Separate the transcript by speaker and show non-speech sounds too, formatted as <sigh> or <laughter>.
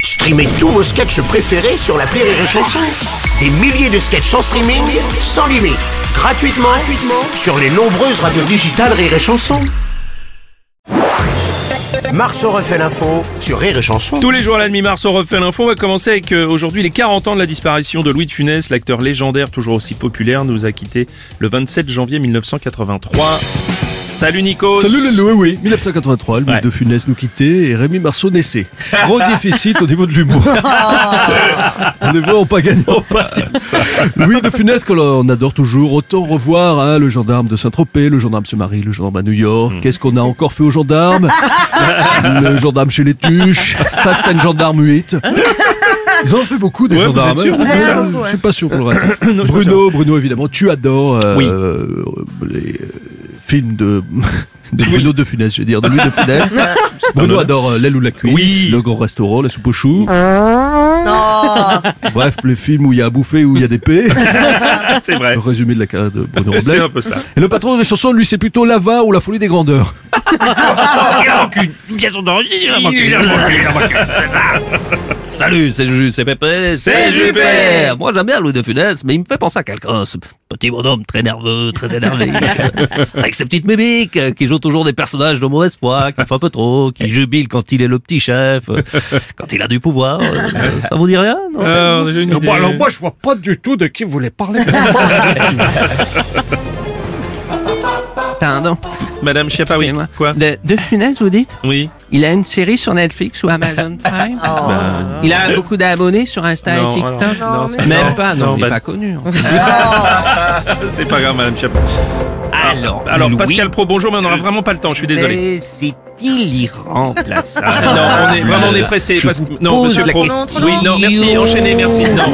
Speaker 1: Streamez tous vos sketchs préférés sur la Rire et Chanson. Des milliers de sketchs en streaming, sans limite, gratuitement, gratuitement sur les nombreuses radios digitales Rire et Chanson. Marceau refait l'info sur Rire et Chanson.
Speaker 2: Tous les jours à la demi-mars, on refait l'info. On va commencer avec euh, aujourd'hui les 40 ans de la disparition de Louis de Funès, l'acteur légendaire toujours aussi populaire, nous a quitté le 27 janvier 1983. Salut Nico.
Speaker 3: Salut Lolo, oui, oui. 1983, le
Speaker 2: Ouais.
Speaker 3: de Funès nous quittait et Rémi
Speaker 2: <laughs>
Speaker 3: Marceau naissait. Gros déficit au niveau de l'humour. on est vraiment pas
Speaker 2: Oh,
Speaker 3: gagnant.
Speaker 2: bah,
Speaker 3: Louis de Funès, que l'on adore toujours, autant revoir hein, le gendarme de Saint-Tropez, le gendarme se marie, le gendarme à New York.
Speaker 2: Hmm.
Speaker 3: Qu'est-ce qu'on a encore fait au gendarme Le gendarme chez les Tuches, Fast and Gendarme 8. Ils en ont fait beaucoup des
Speaker 2: Ouais, vous
Speaker 3: gendarmes.
Speaker 2: êtes sûr
Speaker 3: hein.
Speaker 2: Ouais,
Speaker 3: Ça,
Speaker 4: beaucoup,
Speaker 3: Je suis pas sûr pour le reste.
Speaker 2: <coughs> Non, je suis pas
Speaker 3: Bruno, Bruno, évidemment, tu adores euh,
Speaker 2: Oui.
Speaker 3: euh, les euh, films de, de Bruno de Funès, je veux dire, de Louis de
Speaker 2: <laughs>
Speaker 3: Funès. Bruno adore euh, l'aile ou la cuisse,
Speaker 2: Oui. Ah.
Speaker 3: le grand restaurant, la soupe aux choux.
Speaker 4: Non
Speaker 3: Bref, les films où il y a à bouffer, où il y a
Speaker 2: <laughs>
Speaker 3: des paix.
Speaker 2: ah, C'est vrai.
Speaker 3: Le résumé de la carrière de Bruno
Speaker 2: C'est un
Speaker 3: <laughs> Robles.
Speaker 2: peu ça.
Speaker 3: Et le patron des chansons, lui, c'est plutôt Lava ou la folie des grandeurs.
Speaker 5: Salut, c'est Juju, c'est Pépé,
Speaker 2: C'est Jupé.
Speaker 5: Moi j'aime bien Louis de Funès, mais il me fait penser à quelqu'un, ce petit bonhomme très nerveux, Oh, très énervé, avec ses petites mimiques, euh, qui joue toujours des personnages de mauvaise foi, qui fait un peu trop, qui jubile quand il est le petit chef, euh, quand il a du pouvoir. euh, Ça vous dit rien non
Speaker 2: Euh, on a déjà une idée.
Speaker 3: je vois pas du tout de qui vous voulez parler.
Speaker 6: Pardon,
Speaker 2: Madame Schiappa, oui.
Speaker 6: excusez-moi.
Speaker 2: Quoi
Speaker 6: De, de Funès, vous dites
Speaker 2: Oui.
Speaker 6: Il a une série sur Netflix ou Amazon Prime
Speaker 2: Bah,
Speaker 6: Il a beaucoup d'abonnés sur Insta
Speaker 2: Non,
Speaker 6: Ah, et TikTok
Speaker 2: alors, non, c'est-
Speaker 6: Même
Speaker 2: non,
Speaker 6: pas, non,
Speaker 2: non,
Speaker 6: il
Speaker 2: bah-
Speaker 6: n'est pas connu. en fait.
Speaker 2: c'est pas grave, Madame Schiappa.
Speaker 5: Alors,
Speaker 2: Alors,
Speaker 5: Louis,
Speaker 2: Pascal Pro, bonjour, mais on n'aura vraiment pas le temps, je suis désolé. Ah,
Speaker 5: mais c'est irremplaçable.
Speaker 2: Non, on est vraiment on est pressé.
Speaker 5: Je
Speaker 2: parce-
Speaker 5: vous
Speaker 2: Non,
Speaker 5: pose
Speaker 2: Monsieur
Speaker 5: la
Speaker 2: Pro.
Speaker 5: question.
Speaker 2: Oui, non, merci, enchaînez, merci. Non.